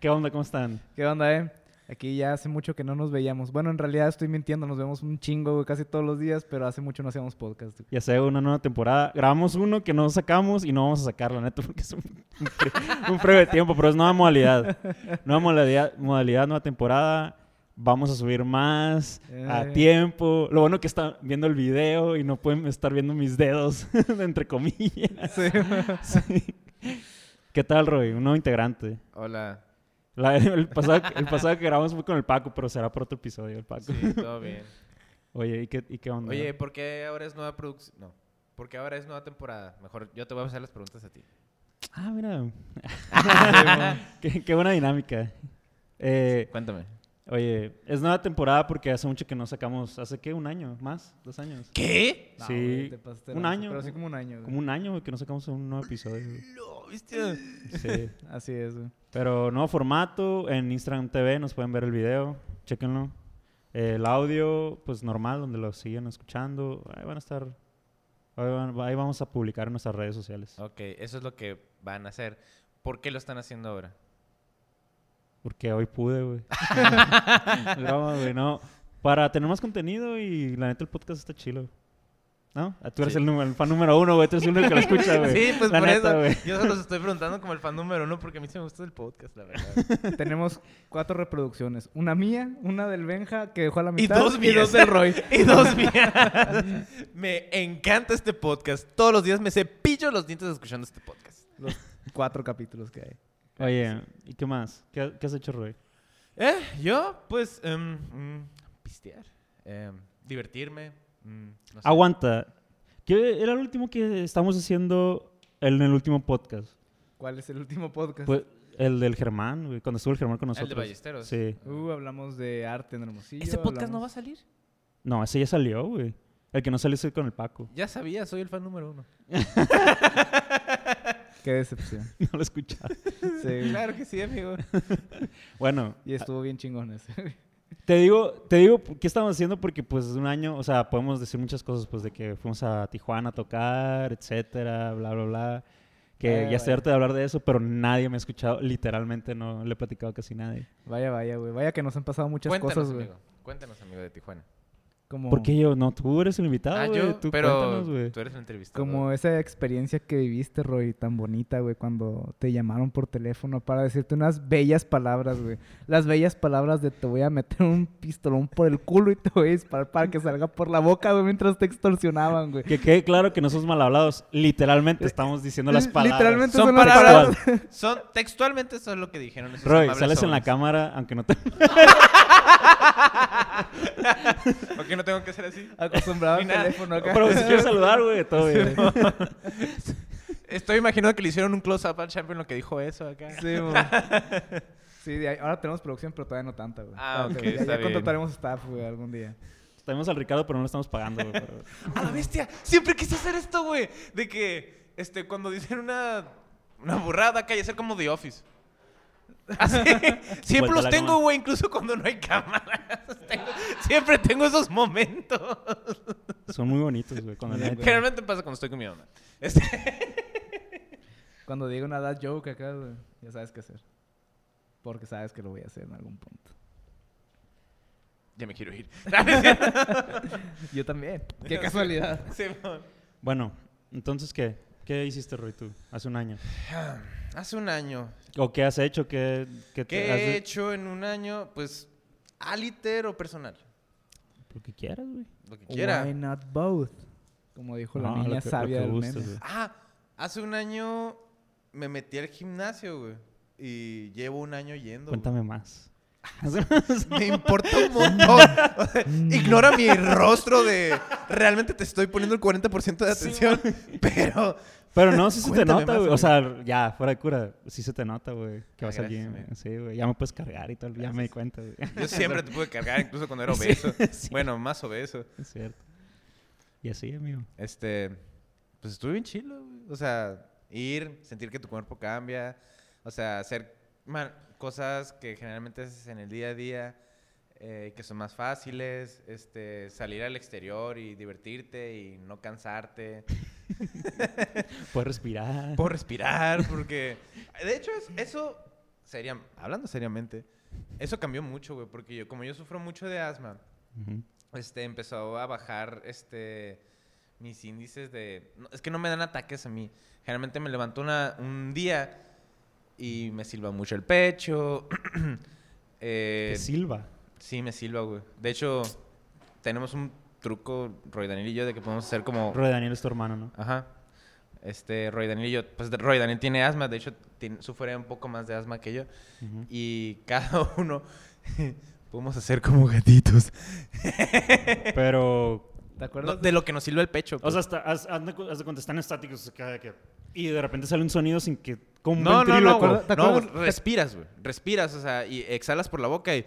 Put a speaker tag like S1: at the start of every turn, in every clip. S1: ¿Qué onda? ¿Cómo están?
S2: ¿Qué onda, eh? Aquí ya hace mucho que no nos veíamos. Bueno, en realidad estoy mintiendo, nos vemos un chingo, güey, casi todos los días, pero hace mucho no hacíamos podcast. güey.
S1: Ya sea una nueva temporada. Grabamos uno que no sacamos y no vamos a sacar, la neta, porque es un, un fre- un frego de tiempo, pero es nueva modalidad. Nueva modalidad, modalidad, nueva temporada. Vamos a subir más a
S2: Eh.
S1: tiempo. Lo bueno que están viendo el video y no pueden estar viendo mis dedos, entre comillas.
S2: Sí.
S1: Sí. ¿Qué tal, Roy? Un nuevo integrante.
S3: Hola.
S1: La- el, pasado, el pasado que grabamos fue con el Paco, pero será para otro episodio el Paco.
S3: Sí, todo bien.
S1: Oye, ¿y qué, y qué onda?
S3: Oye, ¿por qué ahora es nueva producción? No. ¿Por qué ahora es nueva temporada? Mejor yo te voy a hacer las preguntas a ti.
S1: Ah, mira. qué, qué buena dinámica. Eh,
S3: Cuéntame.
S1: oye, es nueva temporada porque hace mucho que no sacamos. ¿Hace qué? ¿Un año? ¿Más? ¿Dos años?
S3: ¿Qué?
S2: No,
S1: sí.
S2: güey, te pasaste de
S1: un
S2: lanza,
S1: año.
S2: Pero sí como un año. güey.
S1: Como un año güey, que no sacamos un nuevo episodio. güey.
S3: No, ¿viste?
S1: Sí.
S2: Así es, güey.
S1: Pero nuevo formato. En Instagram TV nos pueden ver el video. Chéquenlo. Eh, el audio, pues normal, donde lo siguen escuchando. Ahí van a estar. Ahí, van- ahí vamos a publicar en nuestras redes sociales.
S3: Ok, eso es lo que van a hacer. ¿Por qué lo están haciendo ahora?
S1: Porque hoy pude, güey. Broma, güey, no. Para tener más contenido y la neta el podcast está chilo. ¿No? Ah, Tú eres
S3: Sí.
S1: el, número- el fan número uno, güey. Tú eres el único que lo escucha, güey.
S3: Sí, pues
S1: La
S3: por
S1: neta,
S3: eso.
S1: güey.
S3: Yo se los estoy preguntando como el fan número uno porque a mí sí me gusta el podcast, la verdad.
S2: Tenemos cuatro reproducciones. Una mía, una del Benja que dejó a la
S3: Y
S2: mitad.
S3: dos
S2: y
S3: mías.
S2: dos del Roy.
S3: y dos mías. me encanta este podcast. Todos los días me cepillo los dientes escuchando este podcast.
S2: Los cuatro capítulos que hay.
S1: Oye, ¿y qué más? ¿Qué, qué has hecho, Roy?
S3: Eh, yo, pues, em, mm, pistear, em, divertirme. mm, no sé.
S1: Aguanta. ¿Qué era el último que estamos haciendo en el último podcast?
S2: ¿Cuál es el último podcast?
S1: Pues, el del Germán, güey. Cuando estuvo el Germán con
S3: de
S1: nosotros.
S3: Ballesteros.
S1: Sí.
S2: Uh, hablamos de arte en Hermosillo.
S3: ¿Este podcast no va a
S2: hablamos-
S3: salir?
S1: No, ese ya salió, güey. El que no salió es el con el Paco.
S3: Ya sabía, soy el fan número uno.
S2: Qué decepción. Sí,
S1: No lo escuchaba.
S2: güey.
S3: Claro que sí, amigo.
S1: Bueno,
S2: Y estuvo bien chingón ese. güey.
S1: Te digo, te digo, ¿qué estamos haciendo? Porque pues un año, o sea, podemos decir muchas cosas, pues de que fuimos a Tijuana a tocar, etcétera, bla, bla, bla. Que
S2: Ah,
S1: ya estoy
S2: vaya.
S1: harto de hablar de eso, pero nadie me ha escuchado, literalmente no le he platicado a casi nadie.
S2: Vaya, vaya, güey. Vaya que nos han pasado muchas
S3: Cuéntanos,
S2: cosas, güey.
S3: amigo. Cuéntanos, amigo de Tijuana. Ah,
S2: Como,
S1: Porque yo, no, tú eres el invitado, güey, tú
S3: pero
S1: cuéntanos, güey.
S3: tú eres el entrevistador.
S2: Como esa experiencia que viviste, Roy, tan bonita, güey, cuando te llamaron por teléfono para decirte unas bellas palabras, güey. Las bellas palabras de te voy a meter un pistolón por el culo y te voy a disparar para que salga por la boca, güey, mientras te extorsionaban, güey.
S1: Que quede claro que no somos mal hablados, literalmente estamos diciendo las
S2: Eh, Li-
S1: palabras.
S2: literalmente
S3: Son
S2: son las
S3: palabras.
S2: palabras.
S3: Son, textualmente eso es lo que dijeron. esos
S1: Roy,
S3: amables
S1: sales en la
S3: hombres.
S1: cámara, aunque no te...
S3: ¿Por qué no tengo que ser así?
S2: Acostumbrado
S3: Ni
S2: al
S3: nada.
S2: teléfono acá.
S1: pero si quieres saludar, güey, todo bien.
S3: Estoy imaginando que le hicieron un close-up al champion lo que dijo eso acá.
S2: Sí, güey. Sí, de ahí- ahora tenemos producción, pero todavía no tanta, güey.
S3: Ah,
S2: Espérate,
S3: ok,
S2: güey. Ya-
S3: está
S2: ya
S3: bien.
S2: contrataremos staff, güey, algún día.
S1: Tenemos al Ricardo, pero no lo estamos pagando, güey. pero-
S3: A la bestia. Siempre quise hacer esto, güey. De que, este, cuando dicen una, una burrada acá y hacer como The Office. Así.
S1: Vuelta
S3: siempre
S1: a
S3: los
S1: la
S3: tengo,
S1: cámara.
S3: güey, incluso cuando no hay cámaras. Tengo- siempre tengo esos momentos.
S1: Son muy bonitos, güey. cuando
S2: Bien,
S1: nadie-
S2: güey.
S3: Generalmente pasa cuando estoy con mi mamá. Este,
S2: Cuando diga una dad joke acá, güey, ya sabes qué hacer. Porque sabes que lo voy a hacer en algún punto.
S3: ya me quiero ir.
S2: Yo también. Qué casualidad.
S3: Simón.
S1: Bueno, entonces, ¿qué? ¿Qué hiciste, Roy, tú, hace un año?
S3: Ah, Hace un año
S1: ¿O qué has hecho? ¿Qué, qué te
S3: ¿Qué
S1: has
S3: he
S1: de-
S3: hecho en un año? Pues, aliter o personal.
S1: Lo que quieras, güey.
S3: Lo que quiera.
S2: Why not both? Como dijo la
S1: No,
S2: niña
S1: Ah, lo que- lo
S2: sabia
S1: que
S2: del
S1: gustes,
S2: meme.
S1: güey.
S3: Ah, hace un año me metí al gimnasio, güey. Y llevo un año yendo. güey.
S1: Cuéntame más.
S3: Ah, Me importa un montón. O sea, Ignora mi rostro de. Realmente te estoy poniendo el 40% de atención. pero.
S1: Pero no, sí se te
S3: Cuéntame
S1: nota,
S3: más,
S1: güey. O sea, ya, fuera de cura, sí se te nota, güey. Que
S3: Ah,
S1: vas al
S3: gracias,
S1: gym.
S3: amigo.
S1: güey. Sí, güey. Ya me puedes cargar y todo. Ya me di cuenta, güey.
S3: Yo siempre te pude cargar, incluso cuando era
S1: Sí,
S3: obeso.
S1: sí.
S3: Bueno, más obeso.
S1: Es cierto. Y así, amigo.
S3: Este, pues estuve bien chilo, güey. O sea, ir, sentir que tu cuerpo cambia, o sea, hacer ma- cosas que generalmente haces en el día a día, eh, que son más fáciles, este, salir al exterior y divertirte y no cansarte,
S1: Puedes respirar.
S3: por respirar, porque de hecho es- eso seria- hablando seriamente, eso cambió mucho, güey, porque yo, como yo sufro mucho de asma,
S1: Ujú.
S3: este, empezó a bajar, este, mis índices de... no, es que no me dan ataques a mí. Generalmente me levanto una- un día y me silba mucho el pecho. eh,
S1: Que silba.
S3: Sí, me silba, güey. De hecho, tenemos un truco, Roy Daniel y yo, de que podemos hacer como...
S1: Roy Daniel es tu hermano, ¿no?
S3: Ajá. Este, Roy Daniel y yo... Pues Roy Daniel tiene asma, de hecho, tiene- sufre un poco más de asma que yo.
S1: Ujú.
S3: Y cada uno podemos hacer como gatitos.
S1: Pero,
S2: ¿Te
S3: No,
S2: acuerdas?
S3: de lo que nos silba el pecho.
S1: o
S3: pues.
S1: sea, hasta, haz, haz de cu- haz de cuenta, están estáticos acá de que- y de repente sale un sonido sin que... Como un
S3: no, no, no,
S1: ventríloco.
S3: güey.
S2: ¿Te
S3: No,
S2: acuerdas?
S3: güey, respiras, güey. Respiras, o sea, y exhalas por la boca y...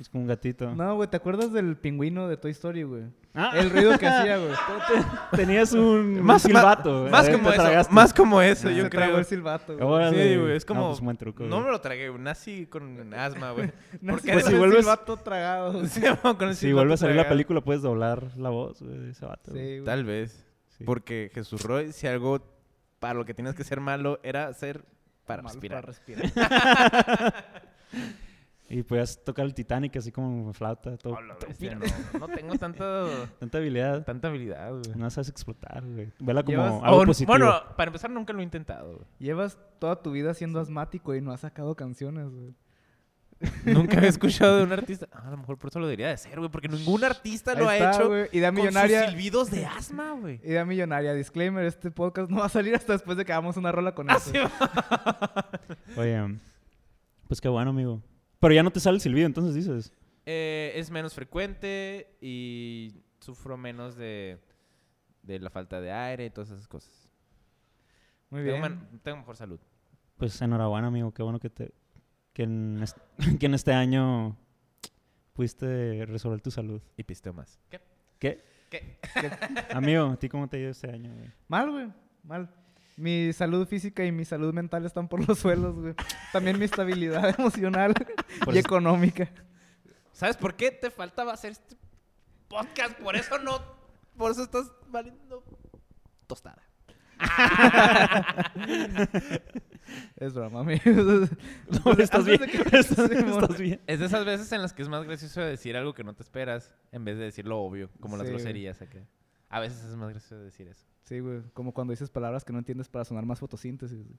S1: Es como un gatito.
S2: No, güey, ¿te acuerdas del pingüino de Toy Story, güey?
S1: Ah.
S2: El ruido que hacía, güey.
S1: Tenías un, un
S3: Más,
S1: silbato.
S3: más, más
S1: eh,
S3: como
S1: te
S3: eso,
S1: tragaste. Ah,
S3: más como eso,
S2: Se
S3: yo
S2: tragó
S3: creo. Eh,
S2: el silbato, güey.
S1: Órale.
S3: Sí, güey, es como...
S1: No, pues, buen truco,
S3: no
S1: güey.
S3: me lo tragué, güey. Nací con asma, güey.
S2: No,
S3: Porque
S2: sí,
S1: Pues
S2: con
S1: si
S2: el
S1: vuelves-
S2: silbato tragado. güey.
S3: Sí, vamos con el
S1: Si
S3: silbato
S1: vuelve a salir la
S3: tragado.
S1: película, puedes doblar la voz güey, de ese vato. güey.
S2: Sí, güey.
S3: Tal vez.
S1: Sí.
S3: Porque Jesús Roy, si algo para lo que tienes que ser malo era ser para
S2: Malo
S3: respirar.
S2: respirar.
S1: Y podías tocar el Titanic así como en flauta. todo-
S3: Hola, bestia, no, no tengo tanto,
S1: Tanta habilidad.
S3: tanta habilidad, güey.
S1: No sabes explotar, güey. Vela como
S2: Llevas-
S1: algo
S3: O-
S1: positivo.
S3: Bueno, para empezar, nunca lo he intentado. güey.
S2: Llevas toda tu vida siendo asmático y no has sacado canciones, güey.
S3: Nunca he escuchado de un artista. Ah, a lo mejor por eso lo debería de hacer, güey, porque ningún artista lo
S2: Ahí
S3: ha
S2: está,
S3: hecho
S2: güey. Idea
S3: con sus
S2: millonaria.
S3: silbidos de asma, güey.
S2: Idea millonaria. Disclaimer, este podcast no va a salir hasta después de que hagamos una rola con eso.
S3: Así Ah, va.
S1: Oye, pues qué bueno, amigo. Pero ya no te sale el silbido, entonces dices.
S3: Eh, es menos frecuente y sufro menos de, de la falta de aire y todas esas cosas.
S2: Muy
S3: Tengo
S2: bien.
S3: man- tengo mejor salud.
S1: Pues enhorabuena, amigo. Qué bueno que te que en, est- que en este año pudiste resolver tu salud.
S3: Y pisteo más. ¿Qué?
S1: ¿Qué?
S3: ¿Qué?
S1: Amigo, ¿a ti cómo te ha ido este año, güey?
S2: Mal, güey. Mal. Mi salud física y mi salud mental están por los suelos, güey. También mi estabilidad emocional
S1: Por
S2: y
S1: eso-
S2: económica.
S3: ¿Sabes por qué te faltaba hacer este podcast? Por eso no. Por eso estás valiendo tostada.
S2: Es broma, amigos.
S1: No, estás bien.
S2: Antes de que-
S1: Estás,
S2: Sí, mon.
S1: estás bien.
S3: Es de esas veces en las que es más gracioso decir algo que no te esperas en vez de decir lo obvio, como las
S2: Sí, güey.
S3: groserías acá. A veces es más gracioso decir eso.
S2: Sí, güey. Como cuando dices palabras que no entiendes para sonar más fotosíntesis. güey.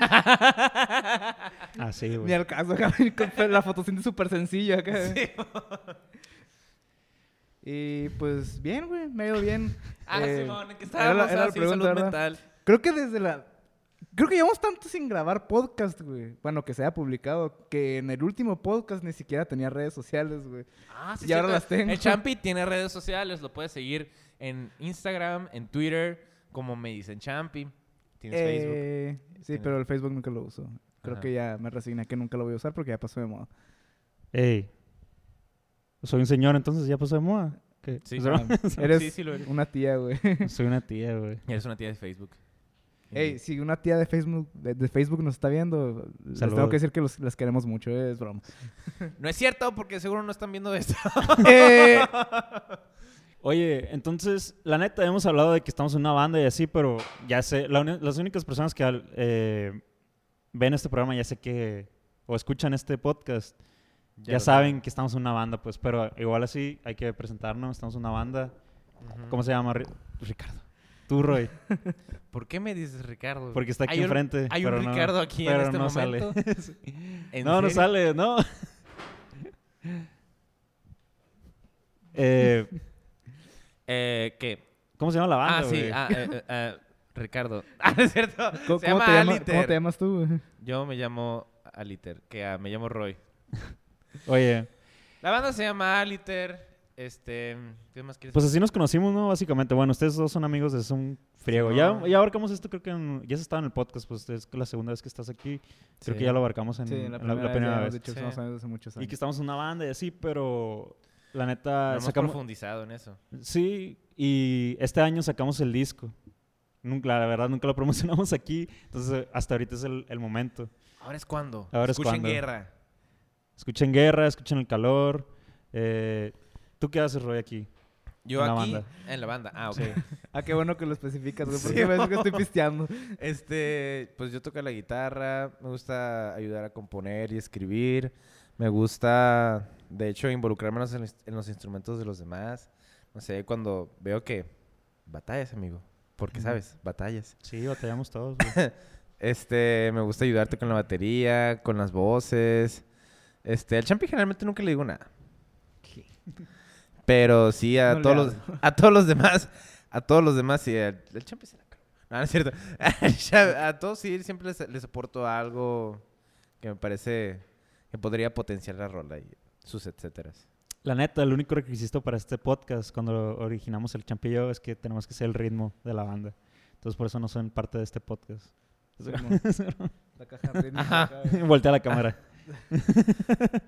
S1: Ah, sí,
S2: Ni
S1: güey.
S2: al caso, cabrón, con La fotosíntesis súper sencilla. acá. Y pues bien, güey. Me ha ido bien.
S3: Ah,
S2: Eh,
S3: Simón, que
S2: era
S3: estábamos
S2: la- era la
S3: así,
S2: pregunta,
S3: salud
S2: ¿verdad?
S3: mental.
S2: Creo que desde la... Creo que llevamos tanto sin grabar podcast, güey. Bueno, que se haya publicado. Que en el último podcast ni siquiera tenía redes sociales, güey.
S3: Ah, sí,
S2: Y ahora
S3: cierto.
S2: las tengo.
S3: El Champi tiene redes sociales, lo puedes seguir en Instagram, en Twitter, como me dicen Champi. Tienes Facebook.
S2: Eh, Sí,
S3: Tienes-
S2: pero el Facebook nunca lo uso. Creo
S3: Ajá.
S2: que ya me resigné que nunca lo voy a usar porque ya pasó de moda.
S1: Ey. Soy un señor, entonces ya pasó de moda. ¿Qué?
S3: Sí.
S1: ¿Es broma?
S2: Eres
S3: Sí, sí lo eres.
S2: una tía, güey.
S1: Soy una tía, güey.
S3: Eres una tía de Facebook.
S2: Ey, si una tía de Facebook, de, de Facebook nos está viendo, les tengo
S1: Saludos.
S2: que decir que los, las queremos mucho, eh, es broma.
S3: No es cierto, porque seguro no están viendo esto.
S2: Eh,
S1: Oye, entonces, la neta, hemos hablado de que estamos en una banda y así, pero ya sé, la uni- las únicas personas que al- eh, ven este programa ya sé que, o escuchan este podcast, ya,
S3: lo
S1: saben que estamos en una banda, pues, pero igual así hay que presentarnos, estamos en una banda.
S3: Ujú.
S1: ¿Cómo se llama? Ri- Ricardo. Tú, Roy,
S3: ¿Por qué me dices Ricardo?
S1: porque está aquí
S3: Hay un-
S1: enfrente.
S3: hay un
S1: pero no-
S3: Ricardo aquí en
S1: pero
S3: este
S1: no
S3: momento.
S1: Sale.
S3: ¿En
S1: no, no
S3: serio?
S1: sale, no. Eh,
S3: Eh, ¿Qué?
S1: ¿Cómo se llama la banda?
S3: ah, sí.
S1: güey?
S3: ah, eh, eh, eh, Ricardo. Ah, no es cierto.
S2: ¿Cómo,
S3: Se
S2: cómo
S3: llama
S2: te llama-
S3: Aliter.
S2: cómo te llamas tú? güey?
S3: Yo me llamo Aliter. Que ah, me llamo Roy.
S1: Oye.
S3: La banda se llama Aliter. Este, ¿qué más quieres?
S1: Pues así nos conocimos, ¿no? Básicamente. Bueno, ustedes dos son amigos desde un friego. ya,
S3: Simón.
S1: ya abarcamos esto, creo que en- ya se estaba en el podcast, pues es la segunda vez que estás aquí. Creo
S3: Sí.
S1: que ya lo abarcamos en, en la, la primera,
S2: ya hemos
S1: vez.
S2: dicho que
S3: Sí.
S2: somos amigos hace muchos
S1: Y
S2: años.
S1: que estamos en una banda y así, pero la
S3: No
S1: neta
S3: hemos
S1: sacamos...
S3: profundizado en eso.
S1: Sí, y este año sacamos el disco. Nunca, la verdad, nunca lo promocionamos aquí. Entonces, eh, hasta ahorita es el, el momento.
S3: Ahora es cuando.
S1: Ahora es
S3: Escuchen
S1: cuando.
S3: guerra.
S1: Escuchen guerra, escuchen el calor. Eh, ¿Tú qué haces, Roy, aquí?
S3: Yo
S1: En la
S3: aquí.
S1: banda.
S3: En la banda. Ah, ok.
S2: Ah, qué bueno que lo especificas, güey, porque
S3: Sí,
S2: ves que
S3: mo.
S2: estoy pisteando.
S3: Este, pues yo toco la guitarra, me gusta ayudar a componer y escribir, me gusta, de hecho, involucrarme en los, ins- en los instrumentos de los demás. No sé, cuando veo que batallas, amigo, porque sabes, batallas.
S1: Sí, batallamos todos, güey.
S3: Este, me gusta ayudarte con la batería, con las voces. Este, al champi generalmente nunca le digo nada. Pero sí a
S2: No le
S3: todos los, a todos los demás, a todos los demás sí, al- el, champi se la calma. No, no es cierto. Al cha- a todos sí siempre les, les aporto algo que me parece que podría potenciar la rola y sus etcéteras.
S1: La neta, el único requisito para este podcast cuando lo originamos el champillo es que tenemos que ser el ritmo de la banda. Entonces por eso no son parte de este podcast.
S2: La caja rítmica acá, güey.
S1: Voltea la cámara.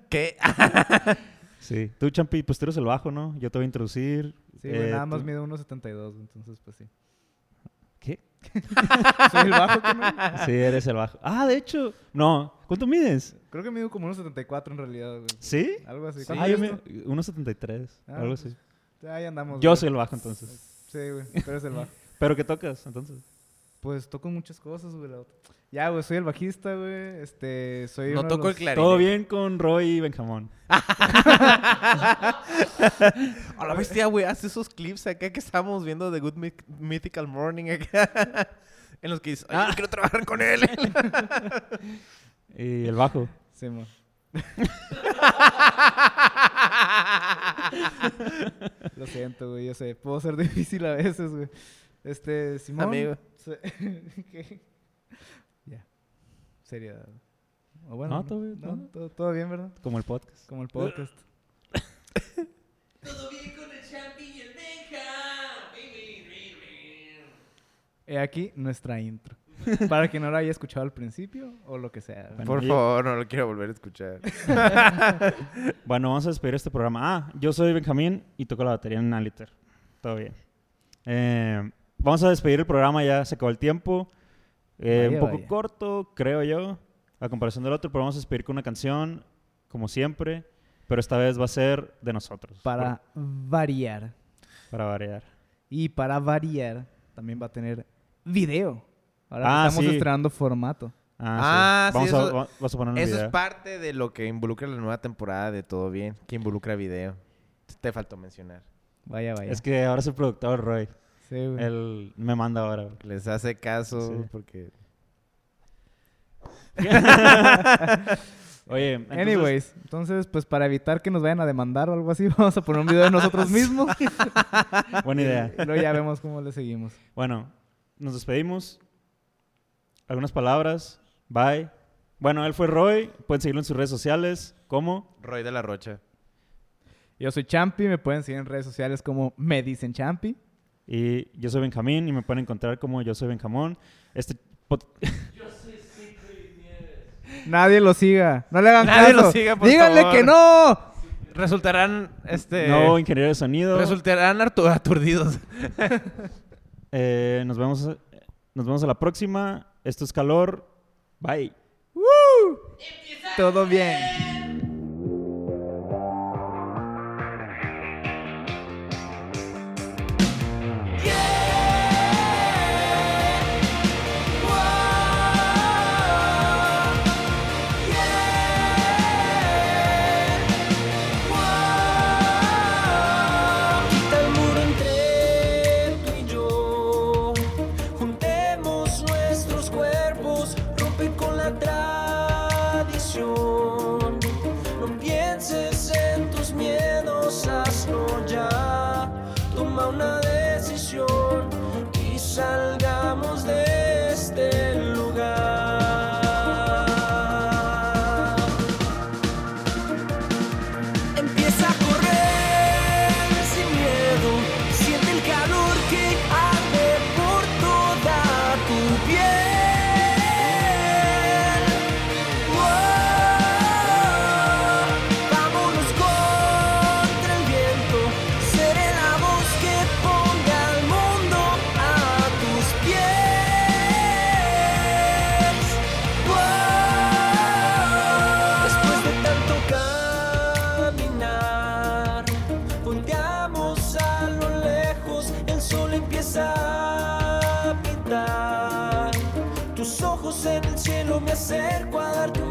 S3: ¿Qué?
S1: Sí. Tú, champi, pues tú eres el bajo, ¿no? Yo te voy a introducir.
S2: Sí, güey,
S1: Eh,
S2: nada
S1: tú-
S2: más mido 1.72, güey, entonces pues sí.
S1: ¿Qué?
S2: Soy el bajo, ¿qué no?
S1: Sí, eres el bajo. Ah, de hecho. No. ¿Cuánto mides?
S2: Creo que mido como 1.74 en realidad, güey.
S1: ¿Sí?
S2: Algo así.
S1: Ah,
S2: ¿Cuánto
S1: yo
S2: mides tú?
S1: mido 1.73.
S2: Ah,
S1: algo
S2: pues,
S1: así.
S2: Ahí andamos.
S1: Yo
S2: güey.
S1: soy el bajo, entonces.
S2: Sí, güey, tú eres el bajo.
S1: ¿Pero qué tocas, entonces?
S2: Pues toco muchas cosas, güey. la otra. Ya, güey, soy el bajista, güey. Este, soy.
S3: No
S2: uno de
S3: toco el
S2: los-
S3: clarinete.
S1: Todo bien con Roy y Benjamón.
S3: A la bestia, güey, hace esos clips acá que estábamos viendo de Good Myth- Mythical Morning acá. En los que dices, "Ay, yo quiero trabajar con él.
S1: Y el bajo.
S2: Sí, mo. Lo siento, güey, yo sé. Puedo ser difícil a veces, güey. Este, Simón.
S3: Amigo.
S2: se- ¿Qué? Ya. Seriedad. O
S1: No, todo bien,
S2: no,
S1: no.
S2: todo- todo bien, ¿verdad?
S1: Como el podcast.
S2: Como el podcast.
S4: Todo bien con el Champi y el Benja. Ring, ring, ring, ring.
S2: He aquí nuestra intro. Para quien no la haya escuchado al principio o lo que sea.
S1: Bueno,
S2: güey.
S3: Por
S1: yo-
S3: favor, no lo quiero volver a escuchar.
S1: Bueno, vamos a despedir este programa. Ah, yo soy Benjamín y toco la batería en Aliter. Todo bien. Eh, vamos a despedir el programa, ya se acabó el tiempo. Eh,
S2: Vaya,
S1: un poco
S2: vaya.
S1: corto, creo yo, a comparación del otro, pero vamos a despedir con una canción, como siempre, pero esta vez va a ser de nosotros.
S2: Para variar.
S1: por- Para variar.
S2: Y para variar, también va a tener video. Ahora que
S1: Ah,
S2: estamos
S1: sí.
S2: estrenando formato.
S1: Ah,
S3: Ah,
S1: sí.
S3: sí,
S1: Vamos a-
S3: eso-
S1: va- vas a poner un
S3: Eso
S1: video.
S3: es parte de lo que involucra la nueva temporada de Todo Bien, que involucra video. Te faltó mencionar.
S2: Vaya, vaya.
S1: Es que ahora es el productor, Roy.
S2: Sí, güey.
S1: Él me manda ahora. güey.
S3: Les hace caso
S1: Sí.
S3: porque...
S1: Oye, entonces,
S2: Anyways, entonces, pues para evitar que nos vayan a demandar o algo así, vamos a poner un video de nosotros mismos.
S1: buena idea.
S2: Y luego ya vemos cómo le seguimos.
S1: Bueno, nos despedimos. Algunas palabras. Bye. Bueno, él fue Roy. Pueden seguirlo en sus redes sociales. ¿Cómo?
S3: Roy de la Rocha.
S2: Yo soy Champi, me pueden seguir en redes sociales como me dicen Champi.
S1: Y yo soy Benjamín y me pueden encontrar como yo soy Benjamón. Este pod-
S4: Yo soy Siegfried Nieves.
S2: Nadie lo siga. No le hagan
S3: Nadie
S2: caso.
S3: lo siga, por
S2: Díganle
S3: favor.
S2: que no.
S3: Resultarán, este...
S1: nuevo ingeniero de sonido.
S3: resultarán artu- aturdidos.
S1: Eh, nos vemos nos vemos a la próxima. Esto es calor. Bye.
S4: Empieza
S2: Todo bien.
S5: Quita el muro entre tú y yo. Juntemos nuestros cuerpos, rompe con la tradición. este acerco a darte un